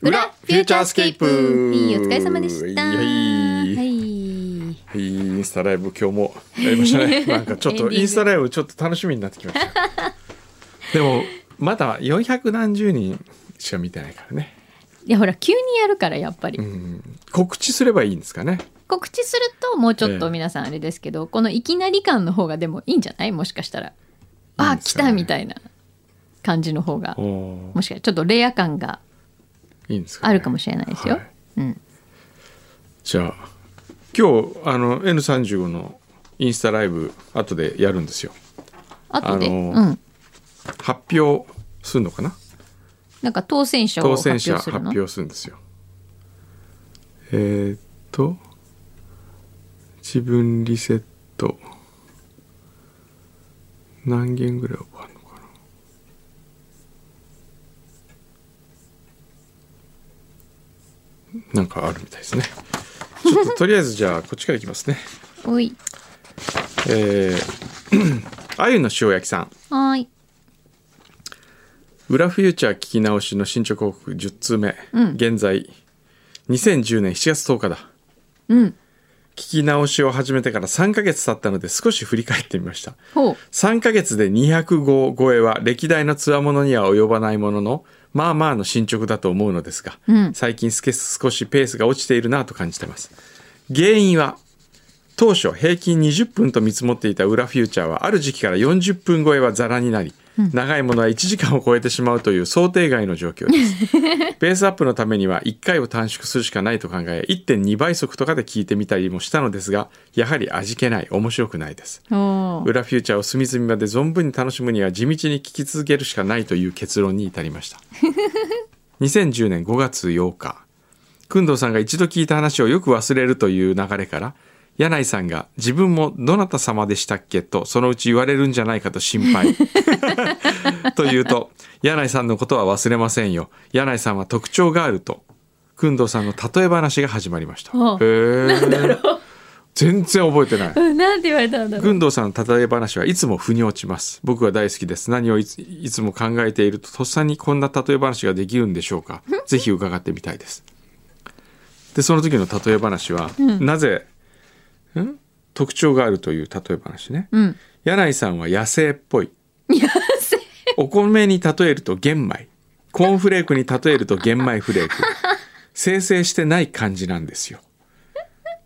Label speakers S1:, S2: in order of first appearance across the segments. S1: フューチャースケープ
S2: はいお疲れ様でした。
S1: いやい
S2: はい。
S1: はい、インスタライブ今日もやりました ねなんかちょっ
S2: エン
S1: と
S2: ディング
S1: インスタライブちょっと楽しみになってきましたでもまだ400何十人しか見てないからね、
S2: いやほら急にやるからやっぱり、
S1: うん、告知すればいいんですかね
S2: 告知するともうちょっと皆さんあれですけど、このいきなり感の方がでもいいんじゃないもしかしたらあ
S1: いい
S2: あ
S1: で
S2: 来
S1: すよね
S2: たみたいな感じの方が
S1: おー
S2: もしかしたらちょっとレア感が
S1: いいんですかね、
S2: あるかもしれないですよ、
S1: はい
S2: うん
S1: じゃあ今日あの N35 のインスタライブ後でやるんですよ
S2: あとで、
S1: あのー
S2: うん
S1: 発表するのかな
S2: なんか当選者を
S1: 当
S2: 発
S1: 選
S2: 表す
S1: 者
S2: る
S1: 発
S2: の
S1: 表するんですよえーっと自分リセット何件ぐらいはあるのかななんかあるみたいですねちょっととりあえずじゃあこっちからいきますね
S2: おい
S1: えー あゆの塩焼きさん
S2: はーい
S1: 裏フューチャー聞き直しの進捗報告10通目、
S2: うん
S1: 現在2010年7月10日だ
S2: うん
S1: 聞き直しを始めてから3ヶ月経ったので少し振り返ってみました
S2: ほう
S1: 3ヶ月で200号超えは歴代のつわものには及ばないもののまあまあの進捗だと思うのですが、
S2: うん
S1: 最近すけ少しペースが落ちているなと感じてます原因は当初平均20分と見積もっていた裏フューチャーはある時期から40分超えはザラになり、長いものは1時間を超えてしまうという想定外の状況です ベースアップのためには1回を短縮するしかないと考え1.2倍速とかで聞いてみたりもしたのですがやはり味気ない面白くないです
S2: ほう
S1: 裏フューチャーを隅々まで存分に楽しむには地道に聞き続けるしかないという結論に至りま した2010年5月8日工藤さんが一度聞いた話をよく忘れるという流れから柳井さんが自分もどなた様でしたっけとそのうち言われるんじゃないかと心 配というと柳井さんのことは忘れませんよ柳井さんは特徴があると工藤さんの例え話が始まりましたへ
S2: ほう
S1: え全然覚えてない
S2: うんなんて言われたんだろう
S1: 軍藤さんの例え話はいつも腑に落ちます僕は大好きです何をいついつも考えているととっさにこんな例え話ができるんでしょうかぜひ伺ってみたいですでその時の例え話は、なぜん特徴があるという例え話ね、
S2: うん
S1: 柳井さんは野生っぽい お米に例えると玄米コーンフレークに例えると玄米フレーク生成してない感じなんですよ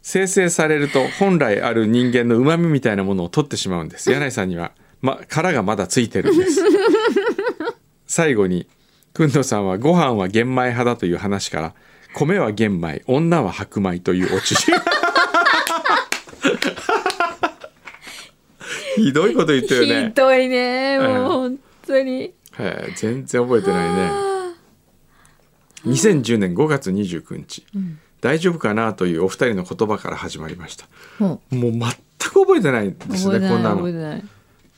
S1: 生成されると本来ある人間の旨味みたいなものを取ってしまうんです柳井さんには、ま、殻がまだついてるんです最後にくんどさんはご飯は玄米派だという話から米は玄米女は白米というオチひどいこと言ってるよね
S2: ひどいねもう本当に、
S1: はい、全然覚えてないね2010年5月29日、大丈夫かなというお二人の言葉から始まりました
S2: ほう
S1: もう全く覚えてないんです
S2: 覚え
S1: ね
S2: てな
S1: こん
S2: い
S1: な
S2: 覚え
S1: の
S2: てない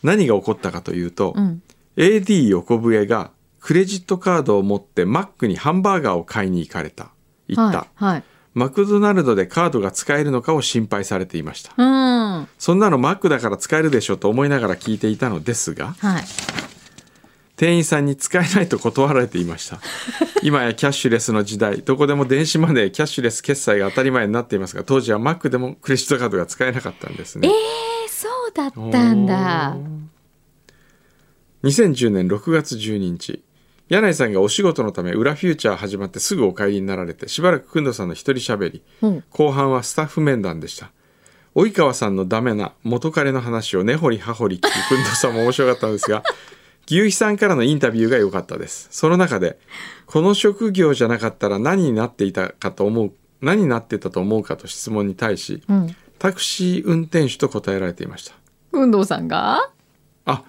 S1: 何が起こったかというと、
S2: うん
S1: AD 横笛がクレジットカードを持ってマックにハンバーガーを買いに行かれた行った、
S2: はい、はい
S1: マクドナルドでカードが使えるのかを心配されていました
S2: うんは
S1: そんなのマックだから使えるでしょと思いながら聞いていたのですが
S2: い
S1: 店員さんに使えないと断られていま した今やキャッシュレスの時代どこでも電子マネーキャッシュレス決済が当たり前になっていますが当時はマックでもクレジットカードが使えなかったんですね
S2: えそうだったんだ
S1: 2010年6月12日柳井さんがお仕事のため裏フューチャー始まってすぐお帰りになられてしばらく工藤さんの一人喋り
S2: うん
S1: 後半はスタッフ面談でした及川さんのダメな元彼の話を根掘り葉掘り聞く工藤さんも面白かったんですが 牛肥さんからのインタビューが良かったですその中でこの職業じゃなかったら何になっていたかと思う何になってたと思うかと質問に対し
S2: うん
S1: タクシー運転手と答えられていました
S2: 運動さんが
S1: あ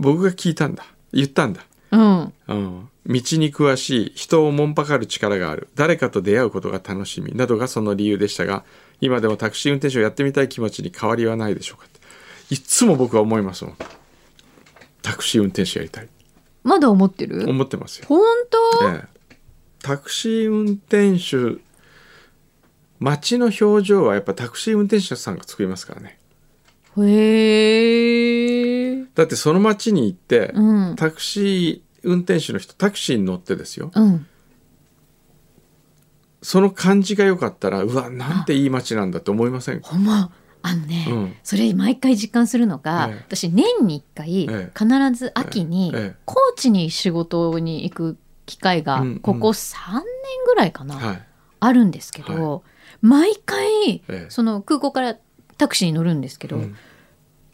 S1: 僕が聞いたんだ言ったんだ
S2: うん
S1: うん、道に詳しい人をもんぱかる力がある誰かと出会うことが楽しみなどがその理由でしたが今でもタクシー運転手をやってみたい気持ちに変わりはないでしょうかっていつも僕は思いますもんタクシー運転手やりたい
S2: まだ思ってる
S1: 思ってますよ、
S2: 本当
S1: ええタクシー運転手街の表情はやっぱタクシー運転手さんが作りますからね
S2: へえ
S1: だってその街に行って、
S2: うん
S1: タクシー運転手の人タクシーに乗ってですよ
S2: うん
S1: その感じが良かったらうわなんていい街なんだって思いませんか
S2: ほんまあのね、
S1: うん
S2: それ毎回実感するのが、
S1: ええ
S2: 私年に1
S1: え
S2: 回必ず秋に
S1: ええ
S2: 高知に仕事に行く機会が
S1: うん
S2: ここ
S1: うん
S2: 3年ぐらいかな、
S1: はい
S2: あるんですけど、毎回
S1: ええ
S2: その空港からタクシーに乗るんですけど、
S1: うん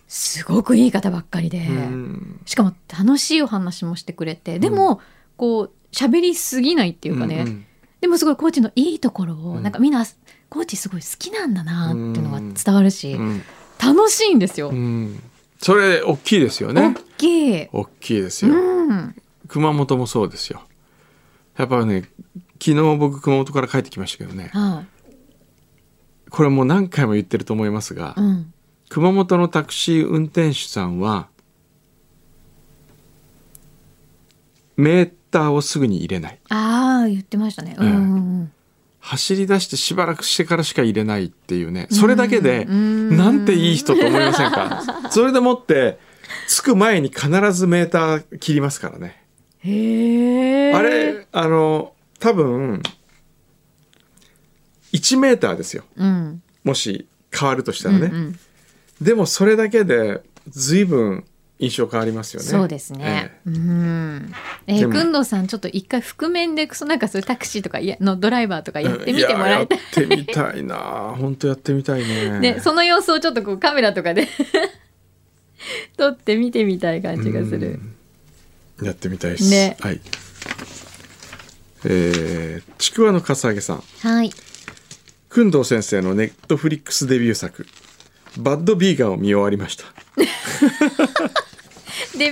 S2: すごくいい方ばっかりで、
S1: うん
S2: しかも楽しいお話もしてくれてでも、こう喋りすぎないっていうかね、
S1: うん
S2: でもすごいコーチのいいところを、
S1: うん
S2: なんかみんなコーチすごい好きなんだなっていうのが伝わるし、
S1: うん
S2: 楽しいんですよ、
S1: うんそれ大きいですよ
S2: 大
S1: ね
S2: きい、
S1: 大きいです
S2: う
S1: よ、
S2: ん、
S1: 熊本もそうですよやっぱね昨日僕熊本から帰ってきましたけどね
S2: は
S1: これもう何回も言ってると思いますが、
S2: い、うん、
S1: 熊本のタクシー運転手さんはメーターをすぐに入れない
S2: ああ言ってましたね、うんうんうん、
S1: 走り出してしばらくしてからしか入れないっていうねそれだけで
S2: うん
S1: なんていい人と思いません かそれでもって着く前に必ずメーター切りますからね
S2: へえ
S1: あれあの多分1メーターですよ
S2: うん
S1: もし変わるとしたらね、
S2: うんうん
S1: でもそれだけで随分印象変わりますよね
S2: そうですね。
S1: ええ
S2: うん。え
S1: で
S2: ー、
S1: も
S2: くんどうさん、ちょっと一回覆面で、そなんかそういうタクシーとか、いや、のドライバーとかやってみてもらいたい。
S1: ややってみたいな本当やってみたいね
S2: ね、その様子をちょっとこうカメラとかで 撮って見てみたい感じがする。
S1: うんやってみたいです
S2: ね
S1: はいえー、ちくわのかさあげさん
S2: はい。
S1: 工藤先生のネットフリックスデビュー作「バッドビーガン」を見終わりました
S2: デ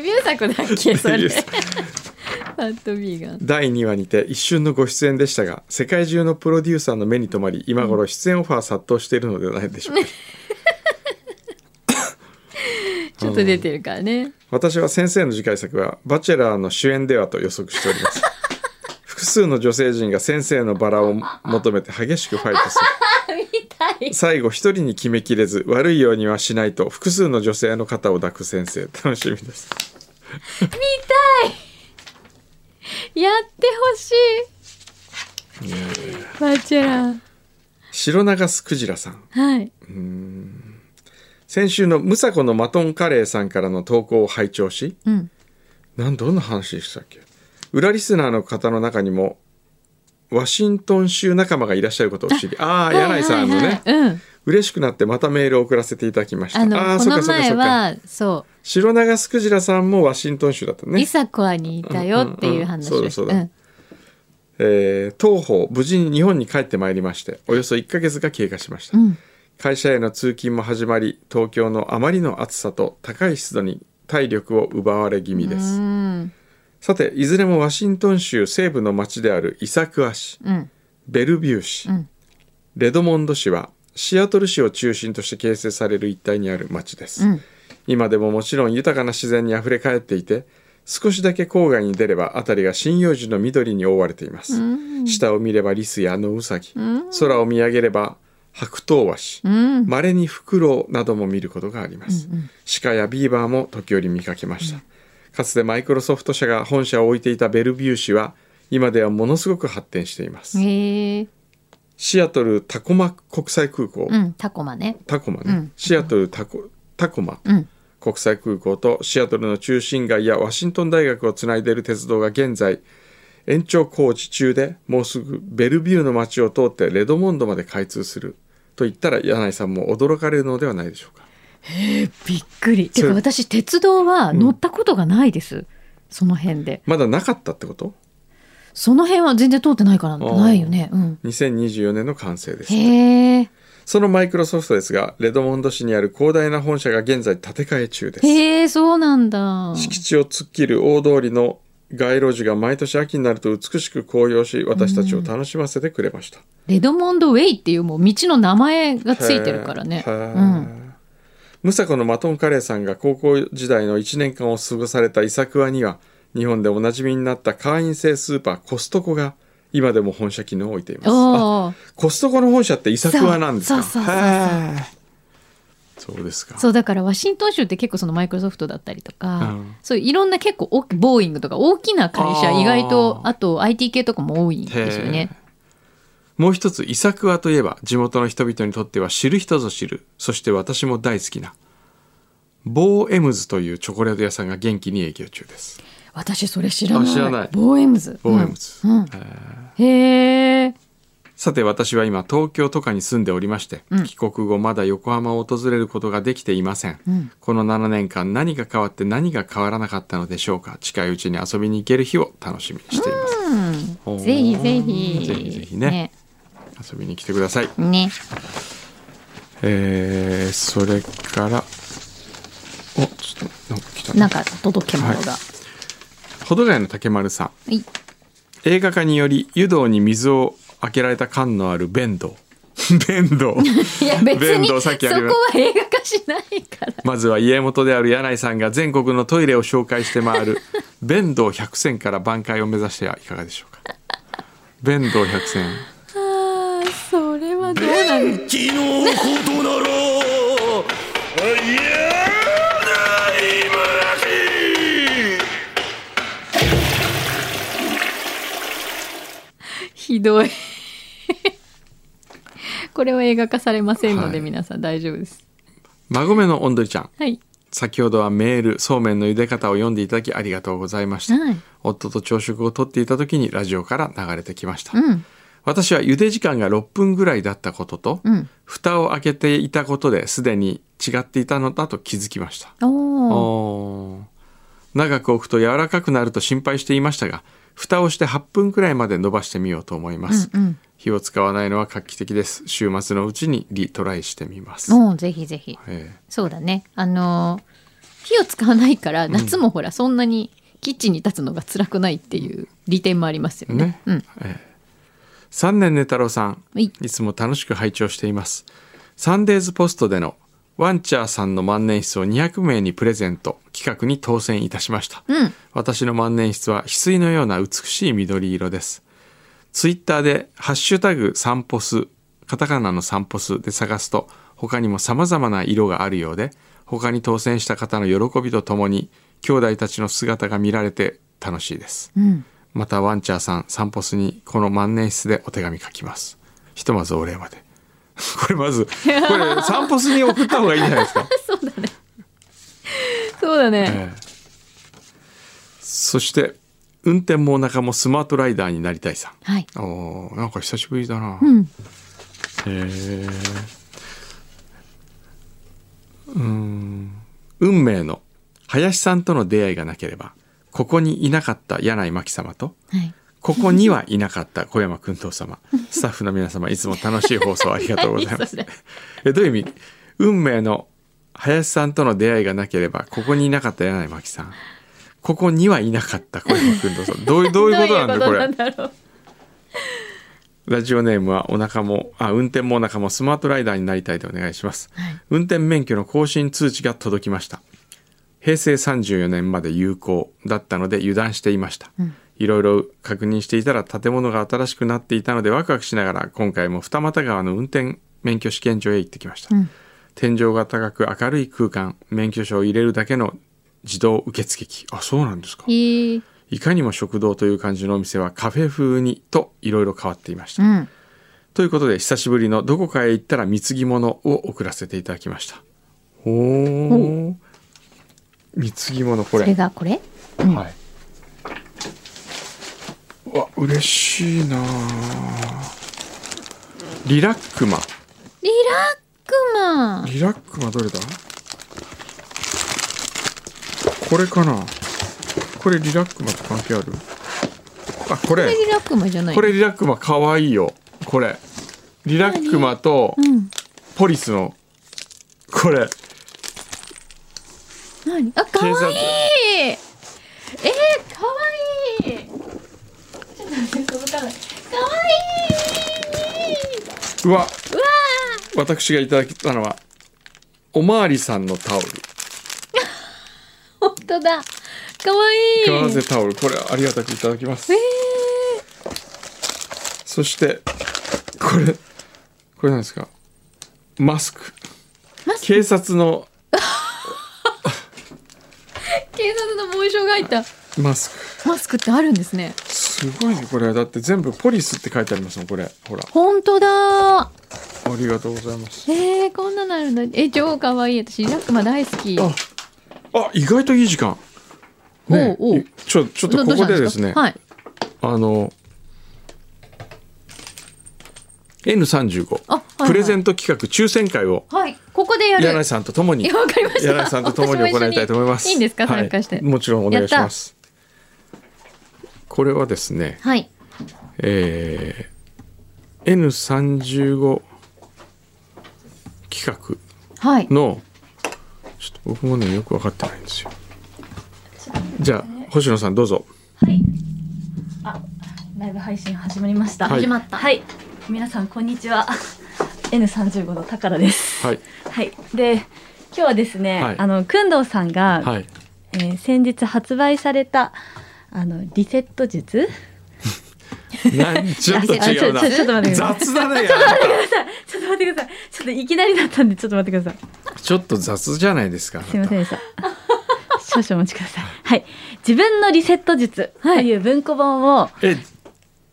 S2: ビュー作だっけ、そ
S1: デビ
S2: れ
S1: ュー。作
S2: ファットビーガ ン。
S1: 第2話にて一瞬のご出演でしたが世界中のプロデューサーの目に留まり今頃出演オファー殺到しているのではないでしょうか
S2: ちょっと出てるからね。
S1: 私は先生の次回作は「バチェラー」の主演ではと予測しております 複数の女性陣が先生のバラを求めて激しくファイトする
S2: 見たい。
S1: 最後一人に決めきれず悪いようにはしないと複数の女性の肩を抱く先生楽しみです
S2: やってほしい。バチェラー。
S1: 白長スクジラさん
S2: はい。
S1: 先週のムサコのマトンカレーさんからの投稿を拝聴し
S2: うん。
S1: なんどんな話でしたっけ裏リスナーの方の中にもワシントン州仲間がいらっしゃることを 知りああー柳井さんのね、
S2: はいはいはいうん。
S1: 嬉しくなってまたメールを送らせていただきました
S2: あの、
S1: ーそ
S2: こ
S1: っ
S2: の
S1: かそっか
S2: 前
S1: そっか
S2: は、そう。
S1: 白長スクジラさんもワシントン州だったね
S2: イサコアにいたよっていう話をし
S1: うんうんうんえー東方無事に日本に帰ってまいりましておよそ1ヶ月が経過しました、
S2: うん
S1: 会社への通勤も始まり東京のあまりの暑さと高い湿度に体力を奪われ気味です、
S2: うん
S1: さていずれもワシントン州西部の町であるイサクア市
S2: うん
S1: ベルビュー市、
S2: うん
S1: レドモンド市はシアトル市を中心として形成される一帯にある町です、
S2: うん
S1: 今でももちろん豊かな自然にあふれ返っていて少しだけ郊外に出れば辺りが針葉樹の緑に覆われています、下を見ればリスやノウサギ、空を見上げれば白頭ワシ、
S2: うん
S1: まれにフクロウなども見ることがあります、鹿やビーバーも時折見かけました、かつてマイクロソフト社が本社を置いていたベルビュー市は今ではものすごく発展しています、
S2: へえ
S1: シアトルタコマ国際空港、
S2: うんタコマね
S1: タコマね、
S2: うん
S1: シアトルタコタコマ、
S2: うん
S1: 国際空港とシアトルの中心街やワシントン大学をつないでいる鉄道が現在延長工事中でもうすぐベルビューの街を通ってレドモンドまで開通すると言ったら柳井さんも驚かれるのではないでしょうか
S2: びっくりて
S1: そ
S2: か
S1: れ
S2: 私鉄道は乗ったことがないですその辺で
S1: まだなかったってこと
S2: その辺は全然通ってないから
S1: ー
S2: ないよねうん
S1: 2024年の完成です
S2: へえ
S1: そのマイクロソフトですがレドモンド市にある広大な本社が現在建て替え中です
S2: へえそうなんだ
S1: 敷地を突っ切る大通りの街路樹が毎年秋になると美しく紅葉し私たちを楽しませてくれました、
S2: レドモンドウェイっていうもう道の名前がついてるからね
S1: へ
S2: う
S1: ー
S2: ん
S1: ムサコのマトンカレーさんが高校時代の1年間を過ごされたイサクワには日本でおなじみになった会員制スーパーコストコが今でも本社機能を置いていますあ
S2: おー
S1: コストコの本社ってイサクワなんですか
S2: そうそうそうそう
S1: へーそうですか
S2: そうだからワシントン州って結構そのマイクロソフトだったりとか、
S1: うん
S2: そういういろんな結構大きボーイングとか大きな会社
S1: あー
S2: 意外とあと IT 系とかも多いんですよね。
S1: もう一つイサクワといえば地元の人々にとっては知る人ぞ知るそして私も大好きなボーエムズというチョコレート屋さんが元気に営業中です
S2: 私それ知らない
S1: あ知らない
S2: ボーエムズ
S1: ボーエムズ、
S2: うんうん
S1: えー
S2: へえ
S1: さて私は今東京とかに住んでおりまして、
S2: うん
S1: 帰国後まだ横浜を訪れることができていません、
S2: うん
S1: この7年間何が変わって何が変わらなかったのでしょうか近いうちに遊びに行ける日を楽しみにしています、
S2: う
S1: おー
S2: んぜひぜひ
S1: ぜひぜひね遊びに来てください
S2: ねね
S1: えー、それからおちょっとなんか来たね
S2: なんか届け物が、
S1: は保土ヶ谷の竹丸さん
S2: はい、
S1: 映画化により湯道に水を開けられた缶のある弁 当弁当
S2: いや別
S1: 弁
S2: に
S1: 当
S2: そこ
S1: さっきありま
S2: は映画化しないから
S1: まずは家元である柳井さんが全国のトイレを紹介して回る 弁当100選から挽回を目指してはいかがでしょうか弁当100選
S2: あーそれはどうなの
S3: 昨日のことなら言えないまし
S2: ひどいこれは映画化されませんので、
S1: はい
S2: 皆さん大丈夫です
S1: 孫めのおんどりちゃん
S2: はい
S1: 先ほどはメールそうめんの茹で方を読んでいただきありがとうございました、
S2: はい
S1: 夫と朝食をとっていた時にラジオから流れてきました、
S2: うん
S1: 私は茹で時間が6分ぐらいだったことと、
S2: うん
S1: 蓋を開けていたことですでに違っていたのだと気づきました
S2: おお
S1: おー長く置くと柔らかくなると心配していましたが蓋をして8分くらいまで伸ばしてみようと思います、
S2: うんうん
S1: 火を使わないのは画期的です週末のうちにリトライしてみます、
S2: もうぜひぜひ
S1: え
S2: そうだねあのー火を使わないから夏もほらそんなにキッチンに立つのが辛くないっていう利点もありますよ
S1: え
S2: ね
S1: ね、
S2: うん
S1: ええ三年寝太郎さん
S2: はい
S1: いつも楽しく拝聴していますサンデーズポストでのワンチャーさんの万年筆を200名にプレゼント企画に当選いたしました、
S2: うん
S1: 私の万年筆は翡翠のような美しい緑色です。ツイッターでハッシュタグサンポス、カタカナのサンポスで探すと他にも様々な色があるようで、他に当選した方の喜びとともに兄弟たちの姿が見られて楽しいです。
S2: うん
S1: またワンチャーさん、サンポスにこの万年筆でお手紙書きます。ひとまずお礼まで。 これま ず、これサンポスに送った方がいいんじゃないですか。
S2: そうだね、
S1: ええそして運転もお腹もスマートライダーになりたいさ
S2: はい
S1: んおーなんか久しぶりだな、
S2: うん
S1: へえうん運命の林さんとの出会いがなければここにいなかった柳井真紀様と
S2: はい
S1: ここにはいなかった小山君堂様スタッフの皆様いつも楽しい放送ありがとうございます
S2: 何
S1: えどういう意味運命の林さんとの出会いがなければここにいなかった柳井真紀さんここにはいなかった小山君堂さんどういうどういうことなんだ
S2: ど
S1: こ
S2: ういう
S1: れ
S2: ことなんだろう
S1: ラジオネームはお腹もあ運転もお腹もスマートライダーになりたいでお願いします、運転免許の更新通知が届きました平成34年まで有効だったので油断していました、いろいろ確認していたら建物が新しくなっていたのでワクワクしながら今回も二俣川の運転免許試験場へ行ってきました、天井が高く明るい空間免許証を入れるだけの自動受付機あそうなんですか
S2: へえ
S1: いかにも食堂という感じのお店はカフェ風にといろいろ変わっていました
S2: う、ん
S1: ということで久しぶりのどこかへ行ったら貢ぎ物を送らせていただきましたおお貢ぎ物こ
S2: そ
S1: れ
S2: れがこれ
S1: はいうわ嬉しいなあリラックマ
S2: リラックマン
S1: リラックマどれだこれかなこれリラックマと関係あるあこ
S2: こ
S1: れ
S2: れリラックマンじゃない
S1: これリラックマかわいいよこれリラックマと
S2: うん
S1: ポリスのこれ
S2: 何あ可愛
S1: 警察
S2: いえー、可愛いちょっと待って届かない可愛いう
S1: わ
S2: うわ
S1: 私がいただいたのはおまわりさんのタオル
S2: ー本当だ可
S1: ガ
S2: 愛
S1: ー
S2: い
S1: ゼタオルこれありがたくいただきます
S2: え
S1: そしてこれこれなんですかマスク
S2: マスク
S1: 警察の
S2: ー、警察の紋章が入った
S1: マス
S2: マスクってあるんですね
S1: クすすごいねこれだって全部ポリスって書いてありますもんこれほら
S2: 本当だー
S1: ありがとうございます
S2: えー、こんなのあるんだえ超かわいい私ラックマ大好き
S1: ああ意外といい時間ね
S2: おうおう
S1: いちょちょっと
S2: ど
S1: こ
S2: どうし
S1: こ
S2: たん
S1: でで
S2: ですす
S1: ね
S2: かはい
S1: あの N35、
S2: あはいはい
S1: プレゼント企画抽選会を
S2: はいここでやる
S1: 柳井さんとともに
S2: いやわかりました
S1: 柳井さんとともに行いたいと思います
S2: 私も一緒にいいんですか
S1: はい
S2: 参加して
S1: もちろんお願いしますこれはですね
S2: はい
S1: えー、N35 企
S2: はい
S1: 画のちょっと僕もねよく分かってないんですよじゃあ星野さんどうぞ
S4: はい。あ、ライブ配信始まりました。
S1: はい始ま
S2: った
S4: はい。皆さんこんにちは。N35 の高田です。
S1: はい
S4: はい。で、今日はですね、
S1: はい
S4: あのくんどうさんが、
S1: はい
S4: えー先日発売されたあのリセット術。
S1: なんちょっと
S4: あち
S1: 違う
S4: ょ
S1: な
S4: ちょちょっと待ってください。
S1: 雑だねやり方
S4: ちょっと待ってください。ちょっといきなりだったんでちょっと待ってください。
S1: ちょっと雑じゃないですか
S4: すいませ んでした。少々お待ちください。はい。自分のリセット術という文庫本を、
S1: え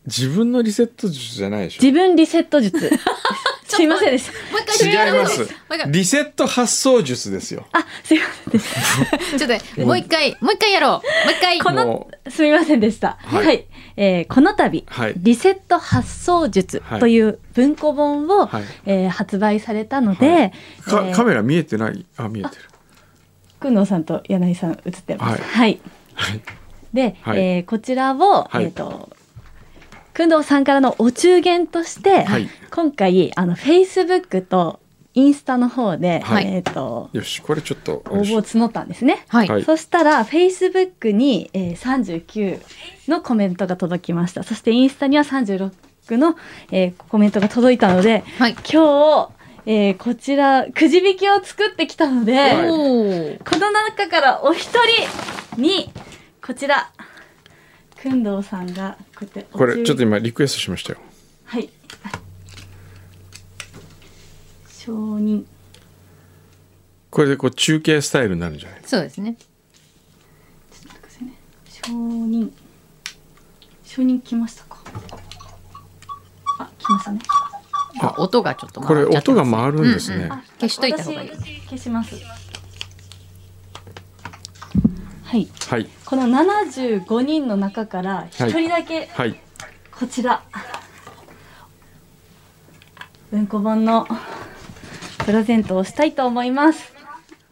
S1: 自分のリセット術じゃないでしょ
S4: 自分リセット 術。すいませんでした。
S2: もう一回
S1: 違います
S2: もう一回
S1: リセット発想術ですよ
S4: あ、すいませんでした。
S2: ちょっと待ってもう一回もう一回やろうもう一回
S4: この
S1: も
S4: すみませんでした。
S1: は
S4: はいい、えーこの度、
S1: はい
S4: リセット発想術
S1: はい
S4: という文庫本を、
S1: はい
S4: えー発売されたので、
S1: は
S4: え
S1: か
S4: ー
S1: カメラ見えてないあ見えてる
S4: くんのうさんと柳井さん映ってま
S1: は
S4: す。
S1: い
S4: はい。
S1: はい
S4: で、
S1: はい
S4: えーこちらを、
S1: はい
S4: えっ、と。くんどうさんからのお中元として、
S1: はい
S4: 今回あのフェイスブックとインスタの方で、
S1: はい
S4: えっ、と
S1: よしこれちょっと
S4: 応募を募ったんですね。
S2: はい、
S1: はい
S4: そしたら、フェイスブックに、えー、39のコメントが届きました。そしてインスタには36の、えーコメントが届いたので、
S2: はい
S4: 今日、えーこちら、くじ引きを作ってきたので、
S1: はい
S2: おー
S4: この中からお一人に、こちら、くんどうさんが、こうやってお中、
S1: これちょっと今リクエストしましたよ
S4: はい。承認。
S1: これでこう中継スタイルになるんじゃない
S2: そうですね
S4: 承認承認来ましたかあ来ましたね
S1: あ
S2: 音がちょっと
S1: こ
S2: 回
S1: れ
S2: っちゃって
S1: 音
S2: ます
S1: が回るんです
S2: うんう
S1: ね
S2: ん消しといた方がいい
S4: 私消しますはい
S1: はい
S4: この75人の中から一人だけ
S1: はい
S4: こちら、文庫本のプレゼントをしたいと思います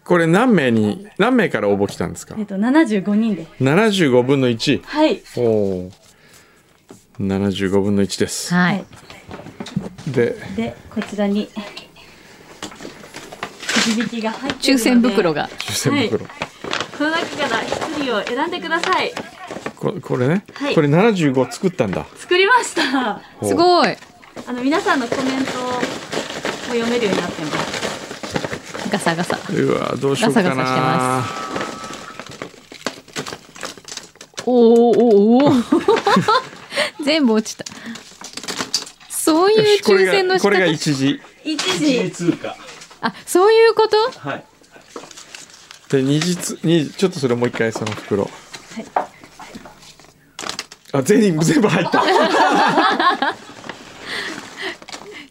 S1: これ何名に何名から応募来たんですか
S4: えっと75人です
S1: 75分の1
S4: はい
S1: おお75分の1です
S2: はい
S1: で
S4: でこちらにくじ引きが入っている
S2: 抽
S4: ので
S2: 選袋が
S1: 抽選袋、
S4: この中から一人を選んでください。
S1: ここれね、
S4: はい
S1: これ75作ったんだ
S4: 作りました。
S2: す
S1: い
S2: ごい
S4: あの皆さんのコメントを読めるようになってます。
S2: ガサガサ
S1: うわどうしようかな
S2: ガサガサしてまおーおーおー おー全部落ちたそう
S1: よ
S2: いう
S1: しこれ
S2: 抽選の
S1: が
S2: 仕
S1: これが
S2: 方
S1: 一時
S4: 一
S3: 一時
S4: 時
S3: 通過
S2: あそういうこと
S3: はい
S1: で二次つ二次ちょっとそれもう一回その袋、あ全員全部入った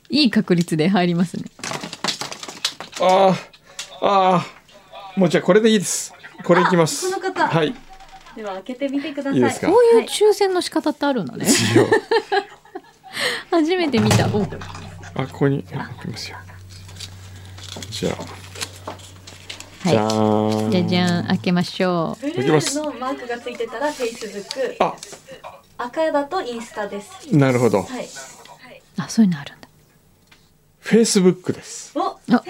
S2: いい確率で入りますね
S1: ああ、ああ、もうじゃあこれでいいです。これいきます。
S4: あこの方
S1: はい。い
S4: では開けてみてください。
S1: いですか
S2: こ。ういう抽選の仕方ってあるんだね
S1: いいよ
S2: 初めて見たお
S1: あ、ここに置きますよ。じゃあ、
S2: はい
S1: じゃーん。
S2: じゃじゃん開けましょう
S4: ブルーのマークがついてたら Facebook、
S1: あ、
S4: 赤だとインスタです。
S1: なるほど。
S4: はい。
S2: あそういうのあるんだ
S1: フェイスブックです。
S4: お、Facebook の方。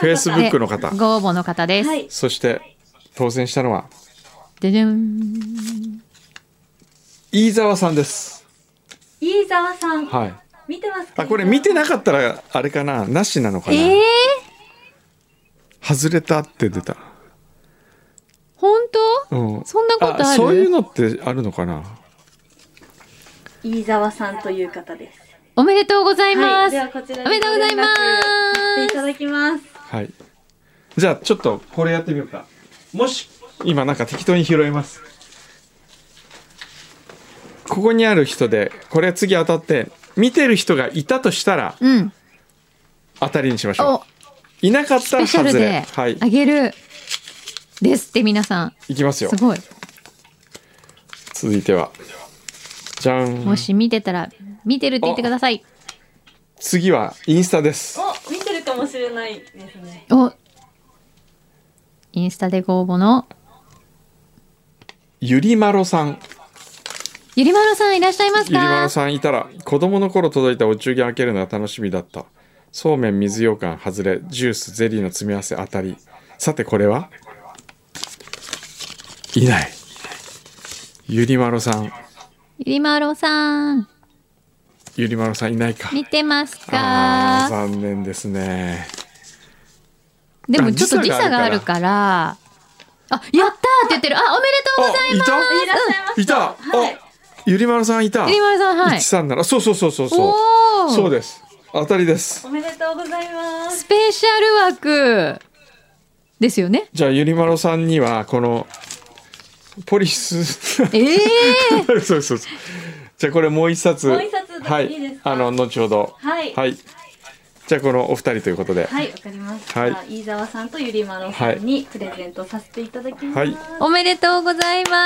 S1: フェイスブックの
S2: で
S1: 方。
S2: ご応募の方です、
S4: はい。
S1: そして当選したのは
S2: ででん
S1: 飯沢さんです。
S4: 飯沢さん、
S1: はい。
S4: 見てますか。
S1: あ、これ見てなかったらあれかな、なしなのかな。
S2: えー、
S1: 外れたって出た。
S2: 本当、
S1: うん。
S2: そんなことある
S1: そういうのってあるのかな。
S4: 飯沢さんという方です。
S2: おめでとうござい
S4: は
S2: ま
S4: い。
S2: す、
S4: ではこちらに
S2: おめでとうございま
S4: ご連絡してい
S2: す
S4: ただきます。
S1: はい。じゃあちょっとこれやってみようか。
S3: もし
S1: 今なんか適当に拾いますここにある人でこれ次当たって見てる人がいたとしたら
S2: うん。
S1: 当たりにしましょ
S2: お、
S1: ういなかっ
S2: ス
S1: た
S2: ペ
S1: ら
S2: シャル
S1: 外れ
S2: で
S1: は
S2: あ
S1: い
S2: げるですって皆さん。
S1: いきますよ
S2: すごい。
S1: 続いてはじゃん
S2: もし見てたら、見てるって言ってください。
S1: 次はインスタです
S4: お見てるかもしれないですね
S2: お、インスタでご応募の、
S1: ゆりまろさん
S2: ゆりまろさんいらっしゃいます
S1: ゆりまろ
S2: か
S1: さんいたら子供の頃届いたお中元開けるのが楽しみだったそうめん水羊羹外れジュースゼリーの詰め合わせ当たりさてこれはいないゆりまろさん
S2: ゆりまろさん、
S1: ゆりまろさんいないか
S2: 見てます
S1: あー
S2: か
S1: 残念ですね
S2: でもちょっと時差があるから、あ、やったーって言ってる。あ、おめでとうございます
S1: あいた
S4: いらっしゃいました
S1: いた、あゆりまろさんいた
S2: ゆりまろさん、はい。
S1: 137そうそうそうそうそう
S2: おお
S1: そうです当たりです
S4: おめでとうございます
S2: スペシャル枠ですよね。
S1: じゃあゆりまろさんにはこのポリス
S2: え え
S1: そうそうそうじゃあこれもう一冊
S4: もう一冊
S1: はい
S4: いですか
S1: あの後ほど
S4: はい
S1: じゃあこのお二人ということで、
S4: はい、わかりました。
S1: はい
S4: 飯沢さんとゆりまろさんにプレゼントさせていただきます。
S1: はい
S2: おめでとうございま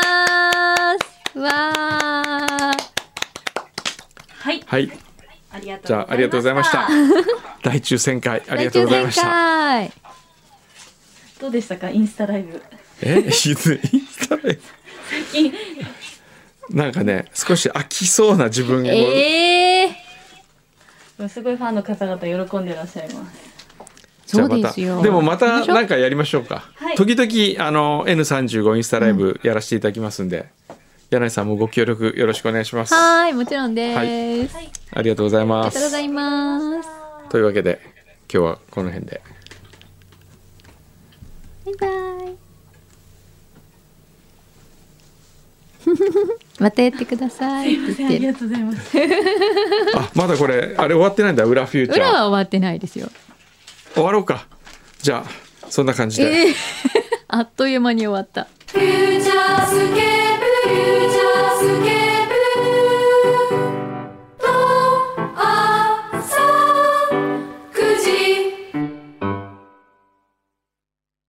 S2: す。わあ。
S4: はい、
S1: はい
S4: ありがとうございました。
S1: じゃあありがとうございました。大抽選会ありがとうございました
S2: 大抽選会
S4: どうでしたか、インスタライブ。
S1: えいついつだね
S4: 近
S1: なんかね少し飽きそうな自分を、
S2: ええ
S4: すごいファンの方々喜んでらっしゃいます。
S1: じ
S2: そ
S1: ゃあ
S2: う
S1: ま
S2: で
S1: た
S2: すよ。
S1: もま
S2: やり
S1: た
S2: しょう
S1: なんかやりましょうか、
S4: はい
S1: 時々あの N35 インスタライブやらせていただきますんで、柳井さんもご協力よろしくお願いします
S2: はーい、もちろんです。
S1: はい
S2: あり
S1: ありがとうございま
S2: がとうご
S1: す
S2: ざいます。
S1: というわけで今日はこの辺で
S2: バイバ イ。またやってくださいって言ってる。
S4: とうございます。
S1: あまだこれあれ終わってないんだ裏フューチャ
S2: 裏
S1: ー
S2: は終わってないですよ。
S1: 終わろうかじゃあそんな感じで、
S2: あっという間に終わった。